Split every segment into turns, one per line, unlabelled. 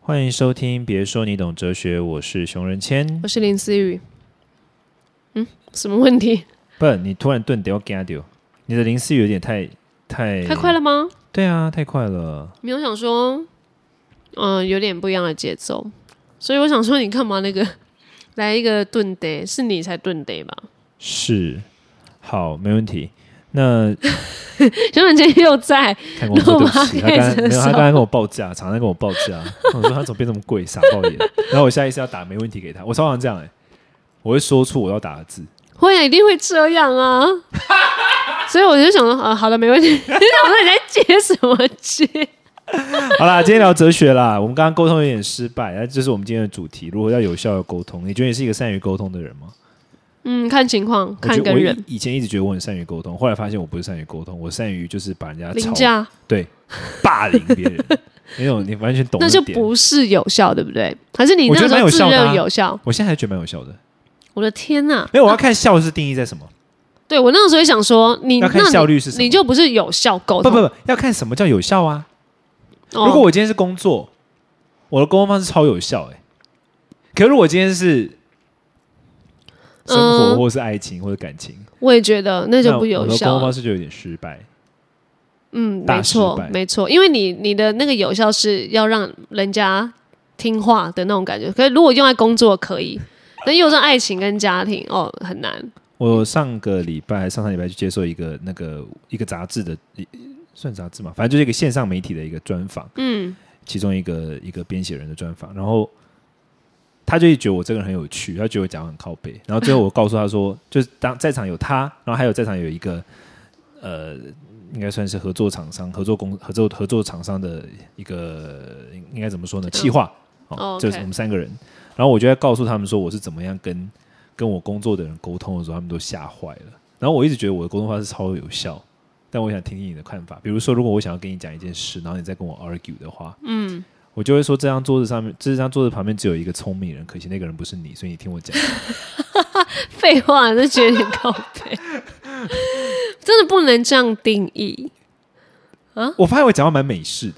欢迎收听，别说你懂哲学，我是熊仁谦
我。是林思雨。嗯，什么问题？
不，你突然顿掉 get 掉，你的零思有点太太
太快了吗？
对啊，太快了。
没有想说，嗯、有点不一样的节奏，所以我想说，你干嘛那个 来一个顿得？是你才顿得吧？
是，好，没问题。 那
小软今天又在，
看工作，对不起，
录
他刚
podcast
刚没
的时
有，
候
他刚刚跟我报价，常常跟我报价。我说他怎么变那么贵，傻爆眼。然后我下意识要打没问题给他，我常常这样哎、我会说出我要打的字。
会啊，一定会这 样啊。所以我就想说，啊，好了，没问题。 我说你在接什么接？
好啦，今天聊哲学啦，我们刚刚沟通有点失败，那这是我们今天的主题，如何要有效的沟通。你觉得你是一个善于沟通的人吗？
嗯，看情况，
我觉
看
得
跟
我
人
以以前一直觉得我很善于沟通，后来发现我不是善于沟通，我善于就是把人家
凌
吵
驾，
对，霸凌别人 那种，你完全懂
那就
点。
不是有效，对不对？还是你
我
那
觉得
时候自
蛮有效的啊
认有效？
我现在还觉得蛮有效的，
我的天啊呐、
没有，我要看效是定义在什么，
对我那个时候也想说，你
要看
那
效率是什么。
你就不是有效沟
不
通。
不不，要看什么叫有效啊！
哦
如果我今天是工作，我的沟通方式超有效哎、可是如果今天是生活，
嗯
或是爱情，或者感情，
我也觉得那
那
就不有
我的沟
效
通
了
方。式就有点失败。
嗯，
大
没错
失败，
没错，因为你你的那个有效是要让人家听话的那种感觉，可是如果用在工作可 以，但用在爱情跟家庭哦很难。
我上个礼拜、上上礼拜去接受一个那个一个杂志的，一算杂志嘛，反正就是一个线上媒体的一个专访，
嗯，
其中一个一个编写人的专访，然后他就觉得我这个人很有趣，他觉得我讲话很靠背，然后最后我告诉他说， 就是当在场有他，然后还有在场有一个呃，应该算是合作厂商、合作公、合作合作厂商的一个应该怎么说呢？企划
哦
哦，
，OK
就是我们三个人，然后我就在告诉他们说我是怎么样跟跟我工作的人沟通的时候，他们都吓坏了。然后我一直觉得我的沟通方式超有效，但我想听听你的看法。比如说，如果我想要跟你讲一件事，然后你再跟我 argue 的话，嗯，我就会说这张桌子上面，这张桌子旁边只有一个聪明人，可惜那个人不是你，所以你听我讲。
废话，就觉得有点靠背， 真的不能这样定义。啊
我发现我讲话蛮美式的，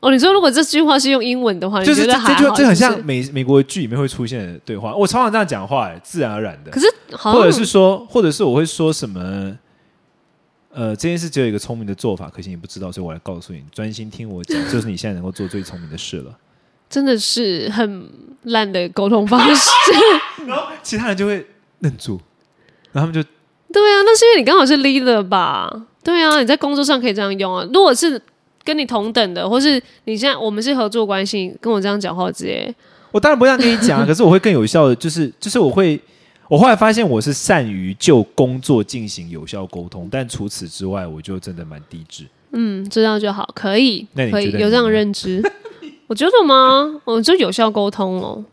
哦，你说如果这句话是用英文的话，
就是
哦你
这
觉
这
得还
句
好
话，这很
是
像
不
美美国剧里面会出现的对话。我常常这样讲话，哎自然而然的
是，。可是好像
或者是说，或者是我会说什么？呃，这件事只有一个聪明的做法，可惜你不知道，所以我来告诉你，专心听我讲，这是你现在能够做最聪明的事 了。
真的是很烂的沟通方式。
然后其他人就会愣住，然后他们就
对啊，那是因为你刚好是 leader 吧？对啊，你在工作上可以这样用啊。如果是跟你同等的，或是你现在我们是合作关系，跟我这样讲话，我直接
我当然不会这样跟你讲啊，可是我会更有效的，就是就是我会，我后来发现我是善于就工作进行有效沟通，但除此之外，我就真的蛮低质。
嗯，知道就好，可以，
那你
可
觉
以
得
有这样的
呢
认知。我觉得吗？我就有效沟通哦。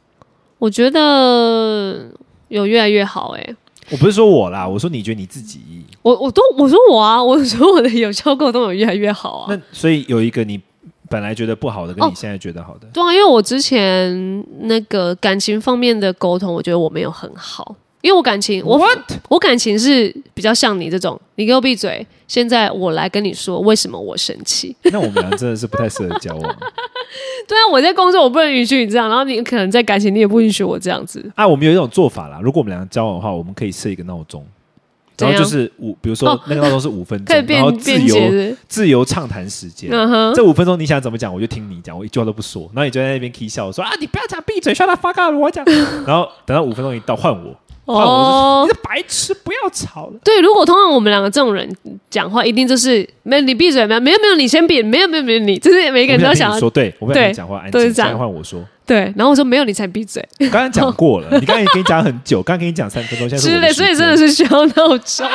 我觉得有越来越好哎、
我不是说我啦，我说你觉得你自己，
我我都我说我啊，我说我的有效沟通有越来越好啊。
那所以有一个你本来觉得不好的，跟
哦
你现在觉得好的，
对啊，因为我之前那个感情方面的沟通，我觉得我没有很好，因为我感情我我感情是比较像你这种，你给我闭嘴，现在我来跟你说为什么我生气。
那我们俩真的是不太适合交 往
对啊，我在工作我不能允许你这样，然后你可能在感情你也不允许我这样子。
啊。我们有一种做法啦，如果我们俩交往的话，我们可以设一个闹钟，
怎
然后
样
就是五，比如说
哦
那个闹钟是五分
可以
钟，然后
变
自
变节
由
日，
自由畅谈时间，
嗯哼，
这五分钟你想怎么讲，我就听你讲，我一句话都不说。然后你就在那边 k 笑，我说啊，你不要讲，闭嘴，shut the fuck up，我 讲。然后等到五分钟一到，换我，换我
哦
就说，你这白痴，不要吵了。
对，如果通常我们两个这种人讲话，一定就是没有你闭嘴，没有没有没有你先闭，没有没有没有你，就是每一
一
个人都想要
说，对我不想
对
你讲话，安
都是
静，
这样
现在换我说。
对，然后我说没有你才闭嘴，
我刚刚讲过 了，你刚才已经讲很久，刚刚跟你讲三分钟，现在是
之
我的
类，
时
所
间
以真的是需要闹钟。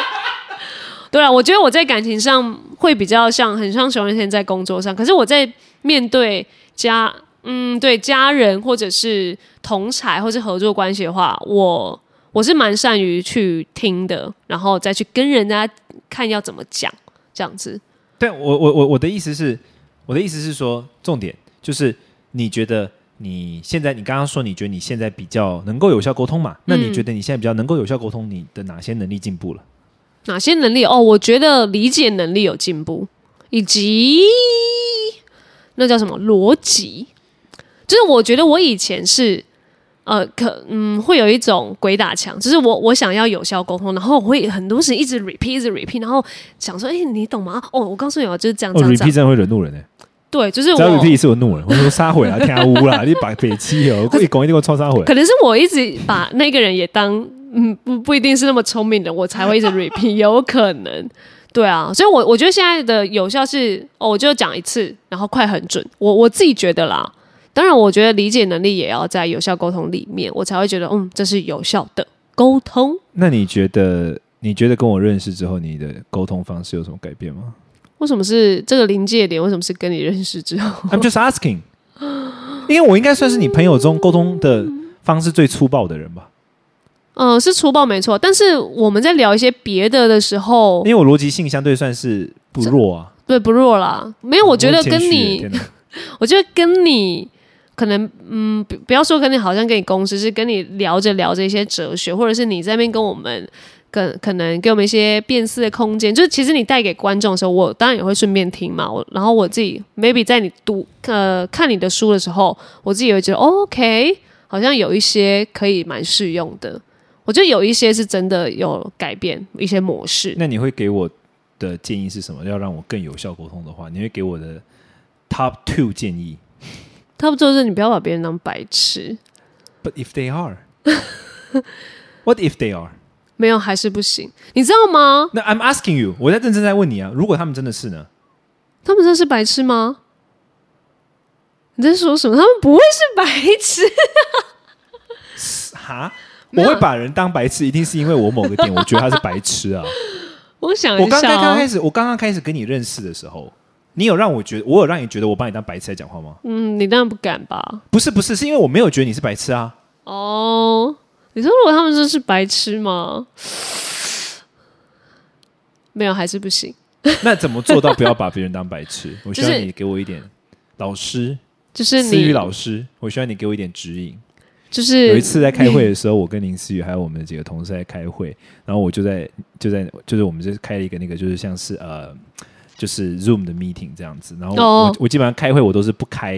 对啊，我觉得我在感情上会比较像，很像熊仁谦在工作上，可是我在面对家，嗯，对家人或者是同才或是合作关系的话，我我是蛮善于去听的，然后再去跟人家看要怎么讲，这样子。
对我我我我的意思是，我的意思是说，重点就是你觉得你现在，你刚刚说你觉得你现在比较能够有效沟通嘛？那你
嗯
觉得你现在比较能够有效沟通，你的哪些能力进步了？
哪些能力？哦，我觉得理解能力有进步，以及那叫什么逻辑，就是我觉得我以前是。呃，可嗯，会有一种鬼打墙，就是我我想要有效沟通，然后我会很多事一直 repeat，一直 repeat，然后想说，哎、你懂吗？哦，我告诉你哦，就是这样
哦
这样这
，repeat
样。
真的会惹怒人呢。欸
对，就是
只要 repeat
我
一次，我怒人，我说杀回 啦，听乌啦，你把北七哦，故意讲一定给我超杀回。
可能是我一直把那个人也当嗯不不一定是那么聪明的，我才会一直 repeat，有可能。对啊，所以我我觉得现在的有效是哦，我就讲一次，然后快很准。我我自己觉得啦，当然我觉得理解能力也要在有效沟通里面，我才会觉得嗯，这是有效的沟通。
那你觉得？你觉得跟我认识之后，你的沟通方式有什么改变吗
为什么是这个临界点？为什么是跟你认识之后？
？I'm just asking，因为我应该算是你朋友中沟通的方式最粗暴的人吧？
嗯、是粗暴没错，但是我们在聊一些别的的时候
因，为我逻辑性相对算是不弱啊。
对不弱啦。没有，我觉得
很谦
跟
虚欸
你
天，哪
我觉得跟你可能，嗯，不不要说跟你好像跟你公司，是跟你聊着聊着一些哲学，或者是你在那边跟我们。可可能给我们一些辨识的空间，就是其实你带给观众的时候，我当然也会顺便听嘛。我然后我自己 maybe 在你读呃看你的书的时候，我自己也会觉得、哦、OK，好像有一些可以蛮适用的。我觉得有一些是真的有改变一些模式。
那你会给我的建议是什么？要让我更有效沟通的话，你会给我的 top two 建议
他们就是你不要把别人当白痴，
？But if they are, what if they are?
没有还是不行，你知道吗？
那 I'm asking you，我在认真在问你啊。如果他们真的是呢？
他们真的是白痴吗？你在说什么？他们不会是白痴，
哈，
没
我
有
会把人当白痴，一定是因为我某个 点，我觉得他是白痴啊。
我想
我
一
刚
下、
刚刚
哦
开，始，我刚刚开始跟你认识的时候，你有让我觉得，我有让你觉得我把你当白痴在讲话吗？
嗯，你当然不敢吧？
不是，不是，是因为我没有觉得你是白痴 啊。
哦，你说如果他们真的是白痴吗？没有，还是不行。
那怎么做到不要把别人当白痴？我需要
就是
你给我一点老师
就是
思雨
你，
老师，我希望你给我一点指引。
就
有一
是
次在开会的时候，我跟林思雨还有我们的几个同事在开 会，然后我就在就在就是我们就开了一个那个就是像是呃就是 Zoom 的 meeting 这样子，然后我、
哦
我我基本上开会我都是不开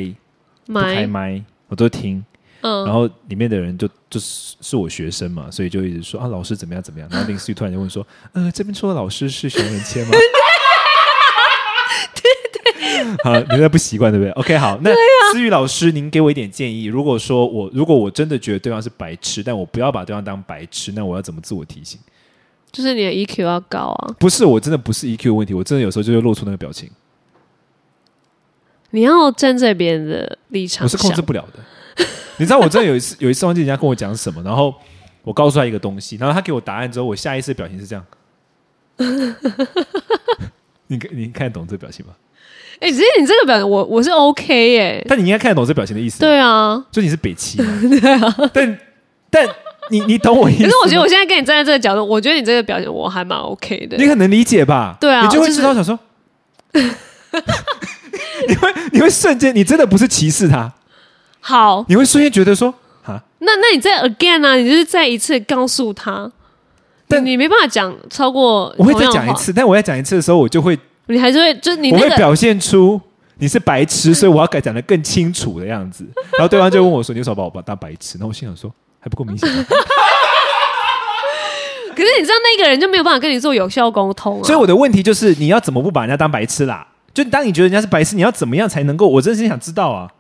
不开
买，
麦，我都听，然
嗯，
后里面的人就就是是我学生嘛，所以就一直说啊老师怎么样怎么样，然后林思雨突然就问说，呃这边说的老师是熊仁谦吗？好，你们不习惯对不对？OK，好，那思雨老师，您给我一点建议。如果说我如果我真的觉得对方是白痴，但我不要把对方当白痴，那我要怎么自我提醒？
就是你的 EQ 要高啊！
不是，我真的不是 EQ 问题，我真的有时候就会露出那个表情，
你要站在别人的立场
我是控
想
制，不了的。你知道我真的有一次有一次忘记人家跟我讲什么，然后我告诉他一个东西，然后他给我答案之后，我下意识的表情是这样。 你看你看得懂这表情吗？
哎、其实你这个表，我我是 OK 耶、
但你应该看得懂这表情的意思，
对啊。
就你是北 齐嘛，对啊，但但你你懂我意思
可
吗？
是我觉得我现在跟你站在这个角度，我觉得你这个表情我还蛮 OK 的。
你很能理解吧？
对啊
你就会
就是
知道想说， 你会你会瞬间，你真的不是歧视他，
好，
你会瞬间觉得说啊，
那那你再 again 啊，你就是再一次告诉他，
但
你没办法讲超过，
我会再讲一，次，但我在讲一次的时候，我就会
你还是会就是你
我会
那个
表现出你是白痴，所以我要改讲的更清楚的样 子。然后对方就问我说：“你为什么把我当白痴？”然后我心想说：“还不够明显 吗。
可是你知道那个人就没有办法跟你做有效沟通啊。
所以我的问题就是，你要怎么不把人家当白痴啦？就当你觉得人家是白痴，你要怎么样才能够？我真心想知道啊！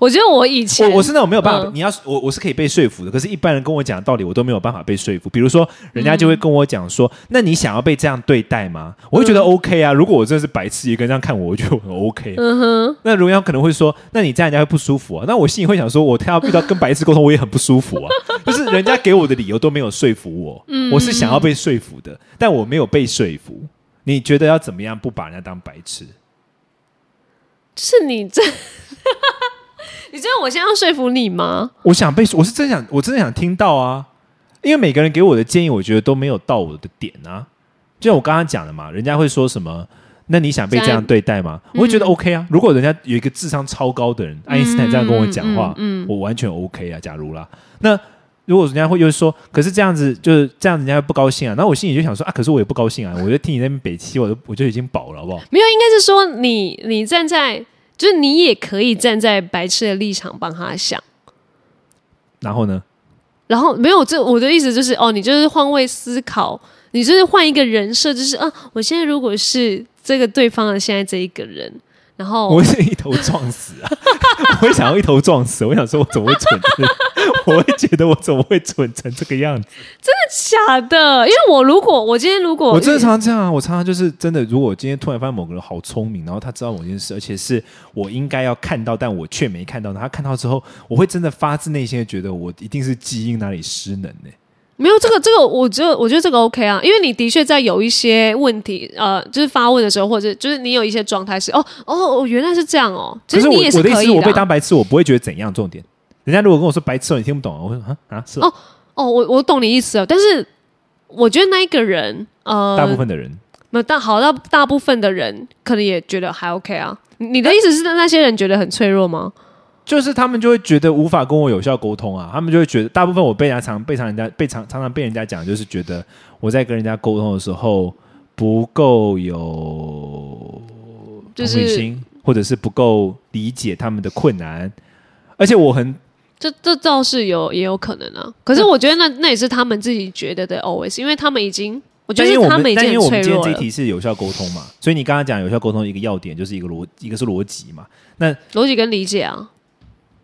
我觉得我以前
我我是那种没有办法，
嗯
你要我我是可以被说服的，可是一般人跟我讲道理，我都没有办法被说服。比如说，人家就会跟我讲说：“
嗯
那你想要被这样对待吗？”我会觉得 OK 啊。如果我真的是白痴，一个人这样看我，我觉得我很 OK。
嗯哼，
那荣耀可能会说，那你这样人家会不舒服啊？那我心里会想说，我他要遇到跟白痴沟通，我也很不舒服啊。 就是人家给我的理由都没有说服我，
嗯
我是想要被说服的，但我没有被说服。你觉得要怎么样不把人家当白痴？
就是你这， 你觉得我现在要说服你吗？
我想被，我是真想，我真的想听到啊，因为每个人给我的建议，我觉得都没有到我的点啊。就像我刚刚讲的嘛，人家会说什么？那你想被这样对待吗？我会觉得 OK 啊。如果人家有一个智商超高的人，爱因斯坦这样跟我讲话，我完全 OK 啊。假如啦，那如果人家会又说，可是这样子就是这样，人家会不高兴啊。那我心里就想说啊，可是我也不高兴啊。我就听你那边北七，我都我就已经饱了，好不好？
没有，应该是说你你站在就是你也可以站在白痴的立场帮他想。
然后呢？
然后没有这我的意思就是哦，你就是换位思考，你就是换一个人设，就是啊，我现在如果是这个对方的现在这一个人，然后
我会是一头撞死啊！ 我会想要一头撞死，我想说我怎么会蠢 成？我会觉得我怎么会蠢成这个样子？
假的，因为我如果我今天如果
我真的常常这样啊！我常常就是真的，如果今天突然发现某个人好聪明，然后他知道某件事，而且是我应该要看到，但我却没看到，然后他看到之后，我会真的发自内心的觉得我一定是基因哪里失能呢、
没有这个，这个我觉得我觉得这个 OK 啊，因为你的确在有一些问题，呃，就是发问的时候，或者就是你有一些状态是哦哦，哦原来是这样哦，其
可
实
是我
你也
我的意
可
思是
以
我被
啊
当白痴，我不会觉得怎样。重点，人家如果跟我说白痴哦，你听不懂啊，我会说啊啊是哦
哦哦，我我懂你意思了，但是我觉得那一个人，呃，
大部分的人。
那大好，那大部分的人可能也觉得还 OK 啊。你你的意思是那些人觉得很脆弱吗？
就是他们就会觉得无法跟我有效沟通啊，他们就会觉得大部分我被人家常被常人家被常常常被人家讲，就是觉得我在跟人家沟通的时候不够有同
就
理
是
心，或者是不够理解他们的困难，而且我很
这这倒是有也有可能啊。可是我觉得那那也是他们自己觉得的 always，因为他们已经，我觉
但因为
得
我
他
们
已
但因为
经
我
很
们
脆
今天
弱
这一
了。
题是有效沟通嘛，所以你刚刚讲有效沟通一个要点就是一个逻一个是逻辑嘛，那
逻辑跟理解啊，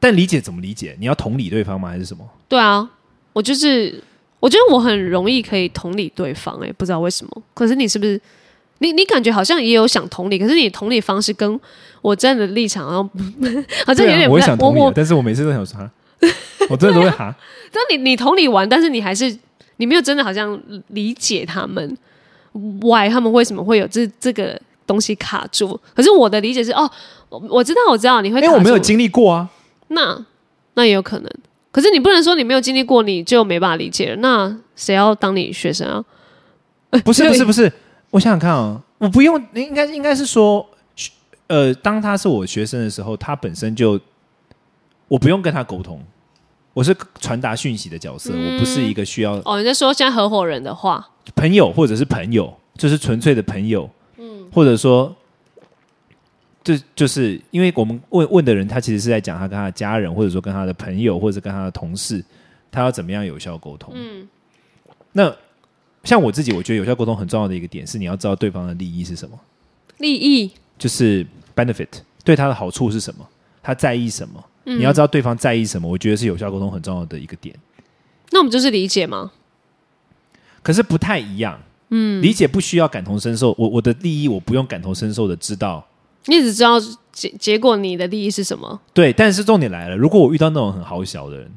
但理解怎么理解？你要同理对方吗？还是什么？
对啊，我就是我觉得我很容易可以同理对方、欸，不知道为什么。可是你是不是你你感觉好像也有想同理，可是你同理方式跟我站的立场好像不 好像
对
有点
啊，
不
我也
太、
想
我
同理啊
我，
但是我每次都想说哈，我真的都会哈。
但你你同理完，但是你还是你没有真的好像理解他们，why 他们为什么会有这这个东西卡住？可是我的理解是，哦，我我知道我知道你会
因
卡
为
住，
我没有经历过啊，
那那也有可能。可是你不能说你没有经历过，你就没办法理解了。那谁要当你学生啊？
不是
就
不是不是，我想想看啊，我不用，应该应该是说，呃，当他是我学生的时候，他本身就我不用跟他沟通，我是传达讯息的角色，我不是一个需要
哦，你在说现在合伙人的话，
朋友或者是朋友，就是纯粹的朋友，嗯，或者说。就就是因为我们问问的人，他其实是在讲他跟他的家人，或者说跟他的朋友，或者是跟他的同事，他要怎么样有效沟通。
嗯，
那像我自己，我觉得有效沟通很重要的一个点是，你要知道对方的利益是什么，
利益，
就是 benefit 对他的好处是什么，他在意什么。你要知道对方在意什么，我觉得是有效沟通很重要的一个点。
那我们就是理解嘛。
可是不太一样，嗯，理解不需要感同身受。我我的利益我不用感同身受的知道，
你只知道结结果你的利益是什么，
对。但是重点来了，如果我遇到那种很好小的人，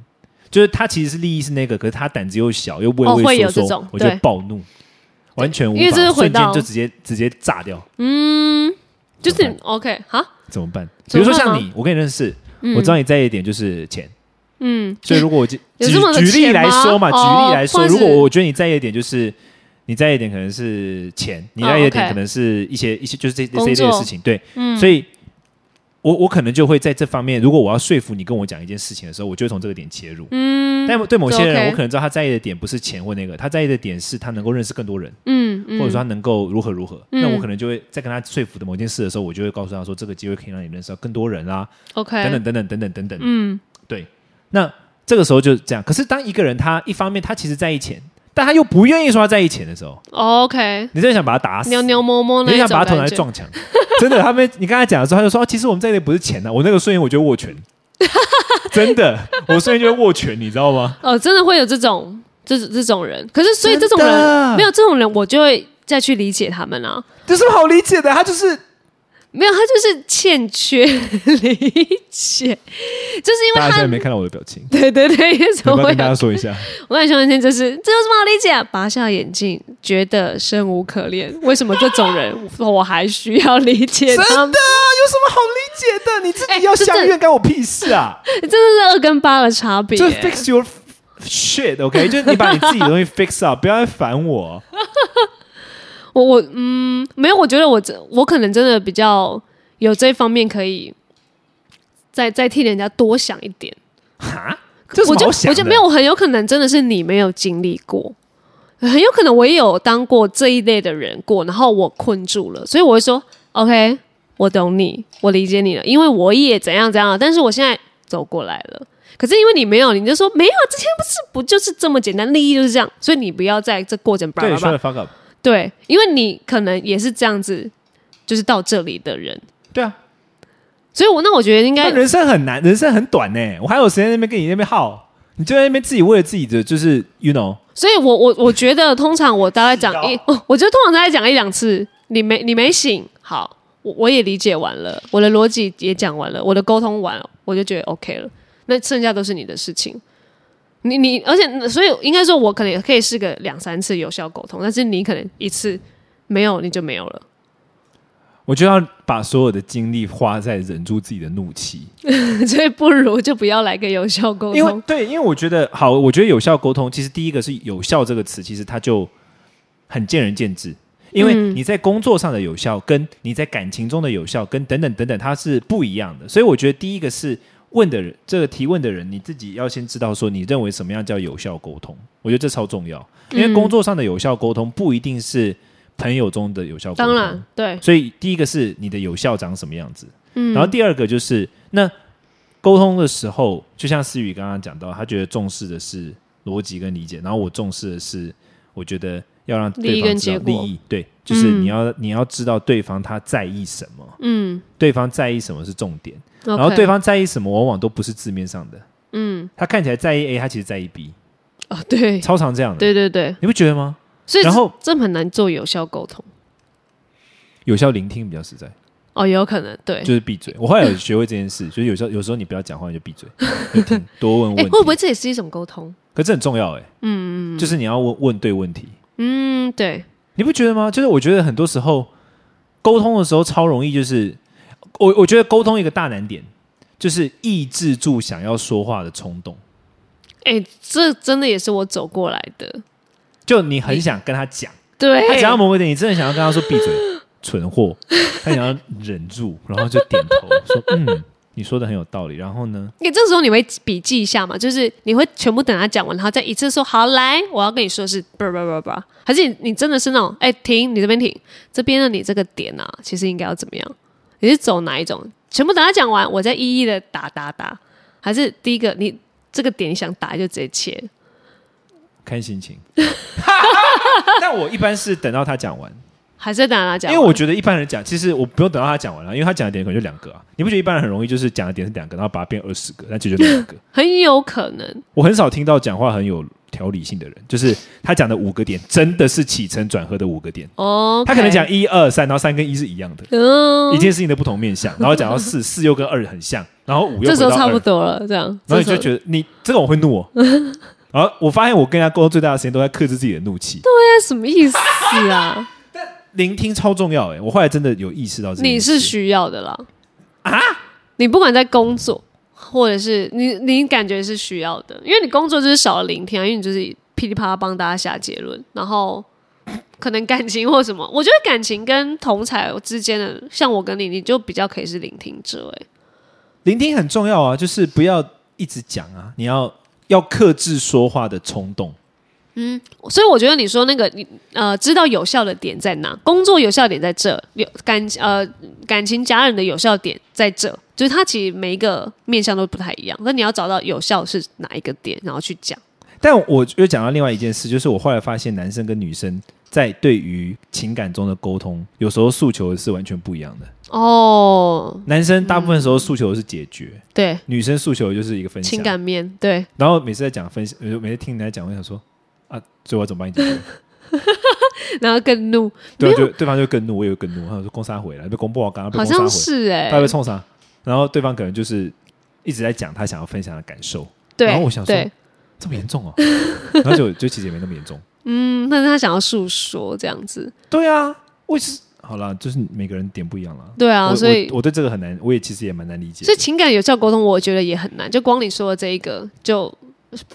就是他其实是利益是那个，可是他胆子又小又畏
哦会
畏
有
缩
这
缩，
种
我就
对
暴怒，完全无
因为这是
法，
回
瞬间
到
就直接直接炸掉。
嗯就
怎么
是
办
OK 哈，
怎么办？比
怎
如
么
说
办
像
吗
你，我跟你认识，我知道你在意的点就是钱，
嗯，
所以如果我举
有这么
举
的
举例
钱
来
吗
说嘛，举
哦
例来说，
或者
如
是
果我觉得你在意的点就是你在意的点可能是钱，你在意的点
哦 OK
可能是一些一些就是这这这
工
一类的
作
事情，对，
嗯
所以。我我可能就会在这方面，如果我要说服你跟我讲一件事情的时候，我就会从这个点切入。
嗯
但对某些人，
OK
我可能知道他在意的点不是钱或那个，他在意的点是他能够认识更多人。
嗯，嗯
或者说他能够如何如何，
嗯
那我可能就会在跟他说服的某件事的时候，我就会告诉他说，这个机会可以让你认识到更多人啦、
OK，
等等等等等等等等。
嗯，
那这个时候就是这样。可是当一个人他一方面他其实在意钱，但他又不愿意说他在意钱的时候，
哦 OK，
你真的想把他打死，
扭扭摸摸
你
那
就
一
想
种
把他头拿
感
来
觉，
撞墙。真的，他们你刚才讲的时候，他就说、哦其实我们在意的不是钱呐、我那个瞬间我就 握拳，真的，我瞬间就会握拳，你知道吗？
哦，真的会有这种这这种人，可是所以这种
真
人
的
没有这种人，我就会再去理解他们啊。
这是好理解的，他就是
没有，他就是欠缺 理解，就是因
大家现
为
在
他，
没看到我的表情，
对对对，为什
要 不
么
要
会
跟大家
有？
说一下？
我很熊先就是这有什么好理解、啊？拔下眼镜，觉得生无可恋，为什么这种人 我还需要理解他们？
啊有什么好理解的？你自
己要哎这相怨
干我屁事啊！
真的是二跟八的差别、
就 fix your shit，OK，、就是 你把你自己的东西 fix up，不要再烦我。
我我嗯，没有，我觉得我这我可能真的比较有这方面可以再再替人家多想一点。
哈，这有什
我
么
就
好想
我就
的
没有，很有可能真的是你没有经历过，很有可能我也有当过这一类的人过，然后我困住了，所以我会说 OK，我懂你，我理解你了，因为我也怎样怎样，但是我现在走过来了。可是因为你没有，你就说没有，之前不是不就是这么简单，利益就是这样，所以你不要在这过程叭
对
叭叭
shut the fuck up，
对，因为你可能也是这样子，就是到这里的人，
对啊，
所以我那我觉得应该
但人生很难，人生很短呢、我还有时间在那边跟你那边耗，你就在那边自己为了自己的，就是 you know，
所以我我我觉得通常我大概 讲
洗
一，我我觉得通常大概讲一两次，你没你没醒，好，我我也理解完了，我的逻辑也讲完了，我的沟通完了，我就觉得 OK 了，那剩下都是你的事情。你你，而且所以应该说，我可能也可以试个两三次有效沟通，但是你可能一次没有你就没有了。
我就要把所有的精力花在忍住自己的怒气，
所以不如就不要来个有效沟
因为
通。
对，因为我觉得好，我觉得有效沟通，其实第一个是“有效”这个词，其实它就很见仁见智，因为
嗯
你在工作上的有效，跟你在感情中的有效，跟等等等等，它是不一样的。所以我觉得第一个是问的人，这个提问的人，你自己要先知道说，你认为什么样叫有效沟通？我觉得这超重要，因
嗯
为工作上的有效沟通不一定是朋友中的有效沟通。
当然，对，
所以第一个是你的有效长什么样子，嗯，然后第二个就是那沟通的时候，就像思雨刚刚讲到，他觉得重视的是逻辑跟理解，然后我重视的是，我觉得要让
利
对
益跟
方知道
结
利
果
益，对，就是你要、你要知道对方他在意什么，
嗯，
对方在意什么是重点，
然
然后对方在意什么往往都不是字面上的，
嗯，
他看起来在意 A，他其实在意 B，
啊，对，
超常这样的，
对对对，
你不觉得吗？
所以
然后
这很难做有效沟通。
有效聆听比较实在。
哦，有可能对。
就是闭嘴。我后来有学会这件事，就是有时候有时候你不要讲话，你就闭嘴，就听多问
哎、
问题。
会不会？这也是一种沟通？
可这很重要哎、嗯，就是你要问问对问题，
嗯，对，
你不觉得吗？就是我觉得很多时候沟通的时候超容易，就是我我觉得沟通一个大难点就是抑制住想要说话的冲动。
哎、这真的也是我走过来的。
就你很想跟他讲，
对，
他讲到某个点，你真的想要跟他说闭嘴，蠢货，他想要忍住，然后就点头说嗯，你说的很有道理。然后呢，
你这时候你会笔记一下嘛？就是你会全部等他讲完，然后再一次说好来，我要跟你说是叭叭叭叭，还是你你真的是那种哎、停，你这边停，这边的你这个点啊，其实应该要怎么样？你是走哪一种？全部等他讲完，我再一一的打打打，还是第一个你这个点你想打就直接切？
看心 情。但我一般是等到他讲完，
还是等他讲
因
完？
为我觉得一般人讲，其实我不用等到他讲完了，啊因为他讲的点可能就两个啊。你不觉得一般人很容易就是讲的点是两个，然后把它变二十个，但其 实就两个。
很有可能，
我很少听到讲话很有条理性的人，就是他讲的五个点真的是起承转合的五个点。
哦，
他可能讲一二三，然后三跟一是一样的，
嗯
一件事情的不同面向，然后讲到四，四又跟二很像，然后五又
这
回
时
到
候差
二
不，多了，这样。
然后你就
得
觉得你这个我会 怒、哦。然后我发现我跟人家沟通最大的时间都在克制自己的怒气。
这什么意思啊？
聆听超重要哎、我后来真的有意识到这件
你
事
是需要的啦啊！你不管在工作，或者是你你感觉是需要的，因为你工作就是少了聆听啊，因为你就是噼里啪啦帮大家下结论，然后可能感情或什么，我觉得感情跟同才之间的，像我跟你，你就比较可以是聆听者、欸，
聆听很重要啊，就是不要一直讲啊，你要要克制说话的冲动。
所以我觉得你说那个你呃，知道有效的点在哪，工作有效点在这，有感呃感情家人的有效点在这，就是它其实每一个面向都不太一样，那你要找到有效是哪一个点，然后去讲。
但我又讲到另外一件事，就是我后来发现男生跟女生在对于情感中的沟通，有时候诉求是完全不一样的。
哦，
男生大部分时候诉求的是解决，
对，
女生诉求就是一个分享。
嗯情感面对，
然后每次在讲分享，每次听人家讲，我想说啊，所以我要怎么帮你解决？
然后更怒，
对啊，就对方就更怒，我也会更怒。他说攻杀回来，被攻破我刚刚被
好
攻杀回来。
像是哎、
他被冲啥？然后对方可能就是一直在讲他想要分享的感受，
对，
然后我想说
对，
这么严重哦、然后就就其实也没那么严重。
嗯，但是他想要诉说这样子，
对啊，我是好啦，就是每个人点不一样啦。
对啊，
我
所以
我我对这个很难，我也其实也蛮难理解的
所以。情感有效沟通，我觉得也很难。就光你说的这一个，就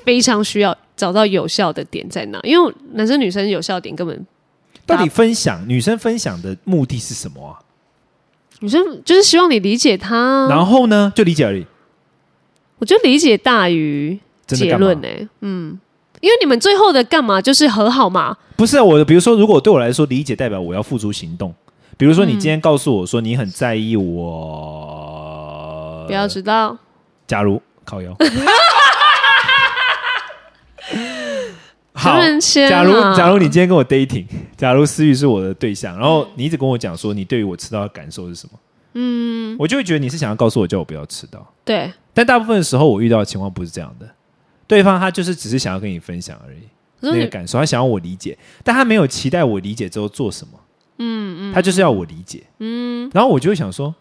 非常需要找到有效的点在哪，因为男生女生有效点根本
到底分享女生分享的目的是什么啊？
女生就是希望你理解他。
然后呢，就理解而已。
我觉得理解大于
真的
结
干嘛
论呢、嗯，因为你们最后的干嘛就是和好嘛，
不是啊我的，比如说，如果对我来说，理解代表我要付出行动，比如说，你今
嗯
天告诉我说你很在意我，呃
不要知道，
假如烤腰，
承
好，
认签啊
假如假如你今天跟我 dating，假如思雨是我的对象，然后你一直跟我讲说你对于我吃到的感受是什么，嗯，我就会觉得你是想要告诉我叫我不要吃到，
对，
但大部分的时候我遇到的情况不是这样的，对方他就是只是想要跟你分享而已，
可是
那个
你
感受，他想要我理解，但他没有期待我理解之后做什么，嗯嗯，他就是要我理解，嗯，然后我就会想说，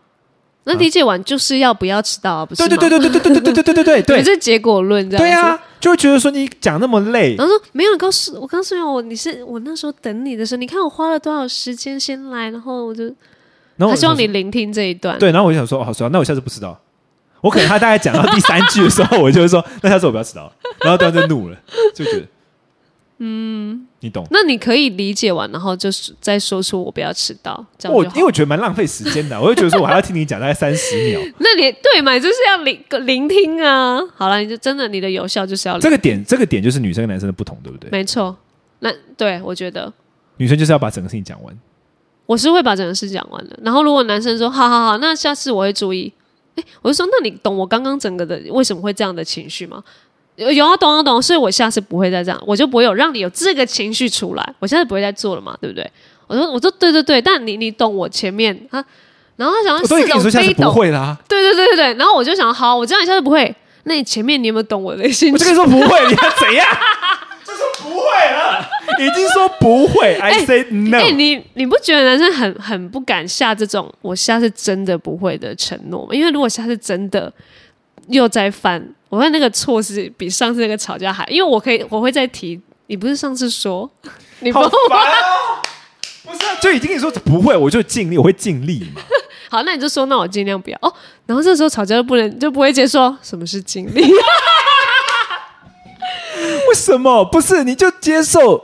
那理解完就是要不要迟到啊，不是
对
吗？
对对对对对对对对对对对对
你这结果论这样子。嗯
对啊，就会觉得说你讲那么累，
然后说没有，告诉我告诉你，我你是我那时候等你的时候，你看我花了多少时间先来，然后我就
然后
他
我
希
想
望
说
你聆听这一段。
对，然后我就想说，哦，好算了，那我下次不迟到。我可能他大概讲到第三句的时候，我就会说，那下次我不要迟到了。 然后对方就怒了，就觉得，嗯，你懂。
那你可以理解完，然后就是再说出我不要迟到，这样
我
就
哦因
好。
为我觉得蛮浪费时间的，我就觉得说我还要听你讲大概三十 秒，
那你对嘛，你就是要聆聆听啊。好了，你就真的你的有效就是要聆，
这个点，这个点就是女生跟男生的不同，对不对？
没错。那对我觉得
女生就是要把整个事情讲完，
我是会把整个事讲完的。然后如果男生说好好好，那下次我会注意。哎，我就说那你懂我刚刚整个的为什么会这样的情绪吗？有有啊，懂啊懂，所以我下次不会再这样，我就不会有让你有这个情绪出来，我下次不会再做了嘛，对不对？我说我说对对对，但你你懂我前面啊，然后他想要
我都已经
似
跟
懂
你说下次
非
不
懂，
会啦，
对对对对对，然后我就想，好，我知道你下次不会。那你前面你有没有懂我的心
我就
情？
跟你说不会，你要怎 样？就是不会了，已经说不会，I say
哎、
no。
你你不觉得男生很很不敢下这种我下次真的不会的承诺吗？因为如果下次真的又再犯，我看那个错是比上次那个吵架还，因为我可以我会再提，你不是上次说你不
好烦哦！不是、啊，就已经跟你说不会，我就尽力，我会尽力 嘛。
好，那你就说那我尽量不要哦。然后这时候吵架就不能就不会接受什么是经历，啊
为什么不是？你就接受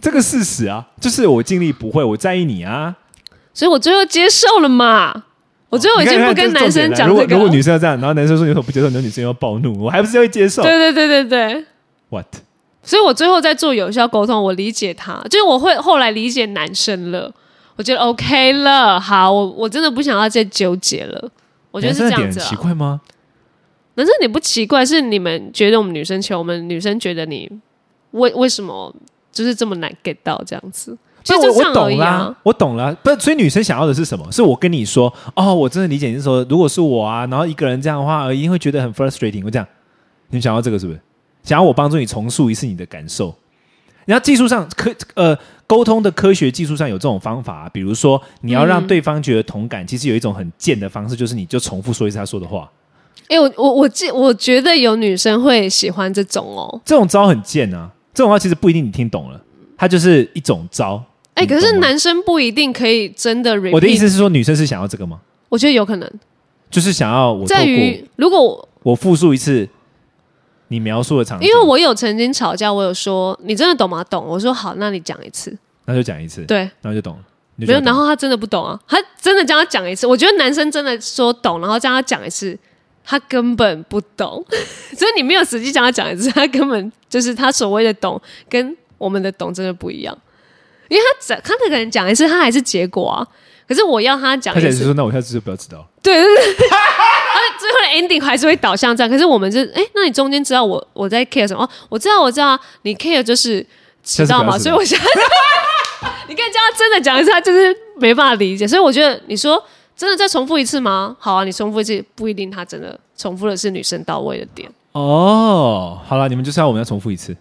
这个事实啊，就是我尽力不会，我在意你啊。
所以我最后接受了嘛。我最后已
你
经
看
不
你看
跟
这
男
是重点
生
啊
讲
如
这
果
个
如果
了，
女生要这样，然后男生说你为什么不接受，你说女生要暴怒，我还不是会接受？
对对对对对。
What？
所以我最后在做有效沟通，我理解他，就是我会后来理解男生了，我觉得 OK 了，好，我我真的不想要再纠结了。我
我
觉得是这
哎的点
样
很
子啊
奇，怪吗？
男生你不奇怪，是你们觉得我们女生求，我们女生觉得你为为什么就是这么难 get 到这样子？其实
那
就
我
这样
我
而
懂
已
啦
啊。，
我懂啦。不，所以女生想要的是什么？是我跟你说，哦，我真的理解你是说，如果是我啊，然后一个人这样的话，一定会觉得很 frustrating。我这样，你们想要这个是不是？想要我帮助你重述一次你的感受。然后技术上科呃沟通的科学技术上有这种方法啊、比如说你要让
嗯
对方觉得同感，其实有一种很贱的方式，就是你就重复说一次他说的话，
哎、我我我记，我觉得有女生会喜欢这种哦。
这种招很贱啊。这种话其实不一定你听懂了，它就是一种招。
哎、
你
可是
懂吗
男生不一定可以真的 repeat。
我的意，思是说，女生是想要这个吗？
我觉得有可能
就是想要我透
在
过
于如果我
我复述一次你描述的场景，
因为我有曾经吵架，我有说你真的懂吗？懂。我说好，那你讲一次。
那就讲一次，
对，
然后就懂了。你就
没有。
觉得
然
懂了
后他真的不懂啊，他真的叫他讲一次。我觉得男生真的说懂，然后叫他讲一次，他根本不懂。 所以你没有实际叫他讲一次，他根本就是他所谓的懂跟我们的懂真的不一样。因为他讲他那个人讲一次，他还是结果啊。可是我要他讲
他
一
解释
次，
说，那我下次就不要知道。
对对对， 他最后的 ending 还是会导向这样。可是我们就哎、那你中间知道我我在 care 什么？哦，我知道，我知道啊，你 care 就是知道吗？
下次不
所以
要
我想，你跟人家真的讲一次，他就是没办法理解。所以我觉得你说真的再重复一次吗？好啊，你重复一次不一定他真的重复的是女生到位的点。
哦，好了，你们就是要我们要重复一次。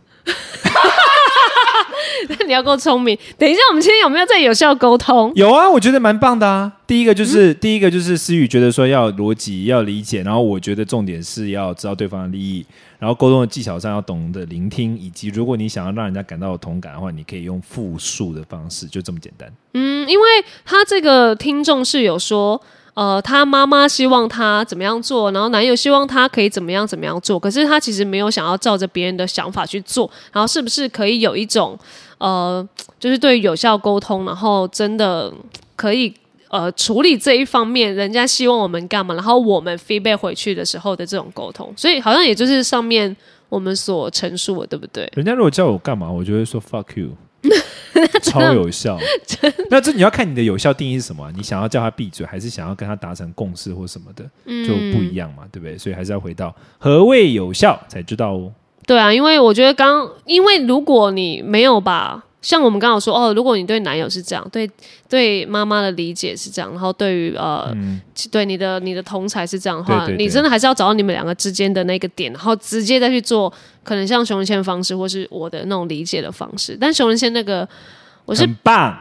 你要够聪明。等一下，我们今天有没有在有效沟通？
有啊，我觉得蛮棒的啊。第一个就是、
嗯
第一个就是思雨觉得说要逻辑要理解，然后我觉得重点是要知道对方的利益，然后沟通的技巧上要懂得聆听，以及如果你想要让人家感到有同感的话，你可以用复述的方式，就这么简单。
嗯，因为他这个听众是有说，呃，他妈妈希望他怎么样做，然后男友希望他可以怎么样怎么样做，可是他其实没有想要照着别人的想法去做，然后是不是可以有一种呃，就是对有效沟通，然后真的可以。呃，处理这一方面，人家希望我们干嘛，然后我们 feedback 回去的时候的这种沟通，所以好像也就是上面我们所陈述的，对不对？
人家如果叫我干嘛，我就会说 fuck you。超有效。那这你要看你的有效定义是什么啊、你想要叫他闭嘴，还是想要跟他达成共识或什么的，
嗯
就不一样嘛，对不对？所以还是要回到何谓有效才知道哦。
对啊，因为我觉得刚，因为如果你没有把，像我们刚好说哦，如果你对男友是这样，对对妈妈的理解是这样，然后对于呃，
嗯，
对你的你的同才是这样的话，
对对对
你真的还是要找到你们两个之间的那个点，然后直接再去做，可能像熊仁谦的方式，或是我的那种理解的方式。但熊仁谦那个，我是
很棒，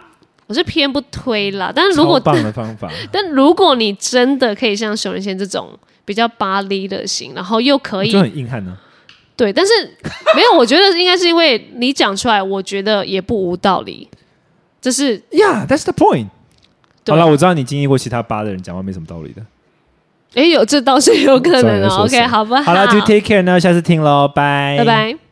我是偏不推啦。但 是如果
超棒的方法，
但如果你真的可以像熊仁谦这种比较巴黎的型，然后又 可以
就很硬汉呢、
对，但是没有，我觉得应该是因为你讲出来，我觉得也不无道理。这是
Yeah, that's the point.
对啊
好了，我知道你经历过其他八的人讲话没什么道理的。
哎，有这倒是有可能
知道你在
哦。
说
OK，
谁
好不
好了，就 take care 那下次听喽，拜
拜拜。